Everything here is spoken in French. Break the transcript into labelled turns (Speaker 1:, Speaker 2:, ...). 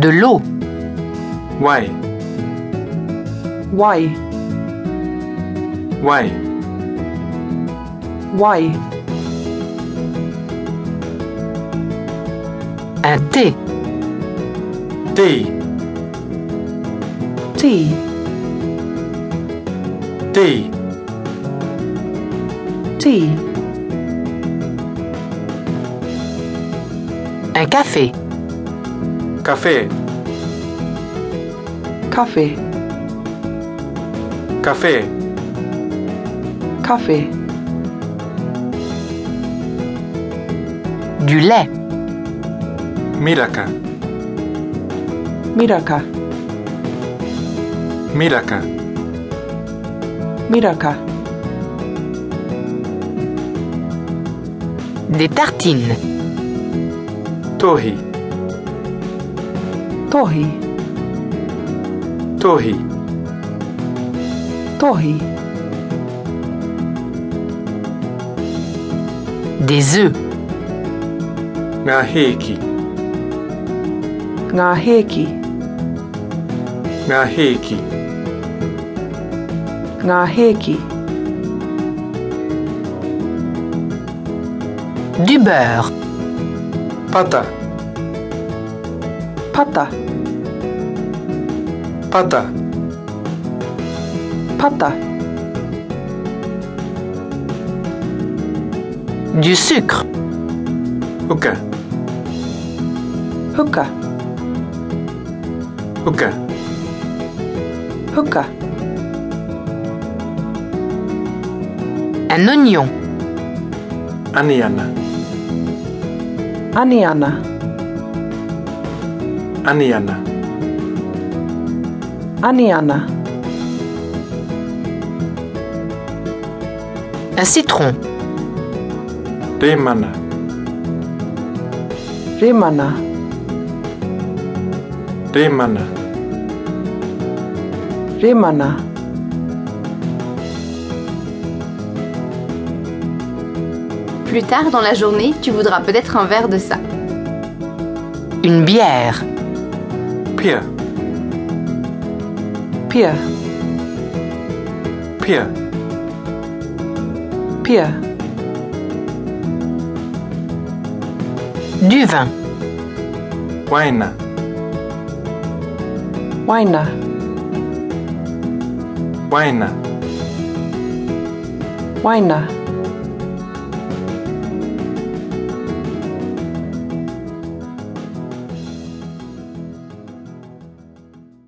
Speaker 1: De l'eau.
Speaker 2: Why?
Speaker 3: Why?
Speaker 2: Why?
Speaker 3: Why?
Speaker 1: Un thé.
Speaker 2: Tea.
Speaker 3: Tea.
Speaker 2: Tea.
Speaker 3: Tea.
Speaker 1: Un café.
Speaker 2: Café.
Speaker 3: Coffee.
Speaker 2: Café.
Speaker 3: Coffee.
Speaker 1: Du lait.
Speaker 2: Milaka.
Speaker 3: Miraka.
Speaker 2: Milaka.
Speaker 3: Miraka.
Speaker 1: Des tartines.
Speaker 2: Tohi.
Speaker 3: Tohi.
Speaker 2: Tohi.
Speaker 3: Tohi.
Speaker 1: Des œufs.
Speaker 2: Ngahiki.
Speaker 3: Ngaheki.
Speaker 2: Ngahiki.
Speaker 3: Ngaheki.
Speaker 1: Du beurre.
Speaker 2: Pata.
Speaker 3: Pata.
Speaker 2: Pata.
Speaker 3: Pata.
Speaker 1: Du sucre.
Speaker 2: Uka.
Speaker 3: Huka.
Speaker 2: Uka.
Speaker 3: Huka.
Speaker 1: Un oignon.
Speaker 2: Aniana.
Speaker 3: Aniana.
Speaker 2: Aniana.
Speaker 3: Aniana.
Speaker 1: Un citron.
Speaker 2: Rimana.
Speaker 3: Rimana.
Speaker 2: Rimana.
Speaker 3: Rimana.
Speaker 4: Plus tard dans la journée, tu voudras peut-être un verre de ça.
Speaker 1: Une bière.
Speaker 2: Pia.
Speaker 3: Pia.
Speaker 2: Pia.
Speaker 3: Pia.
Speaker 1: Du vin.
Speaker 2: Waina.
Speaker 3: Waina.
Speaker 2: Waina.
Speaker 3: Waina.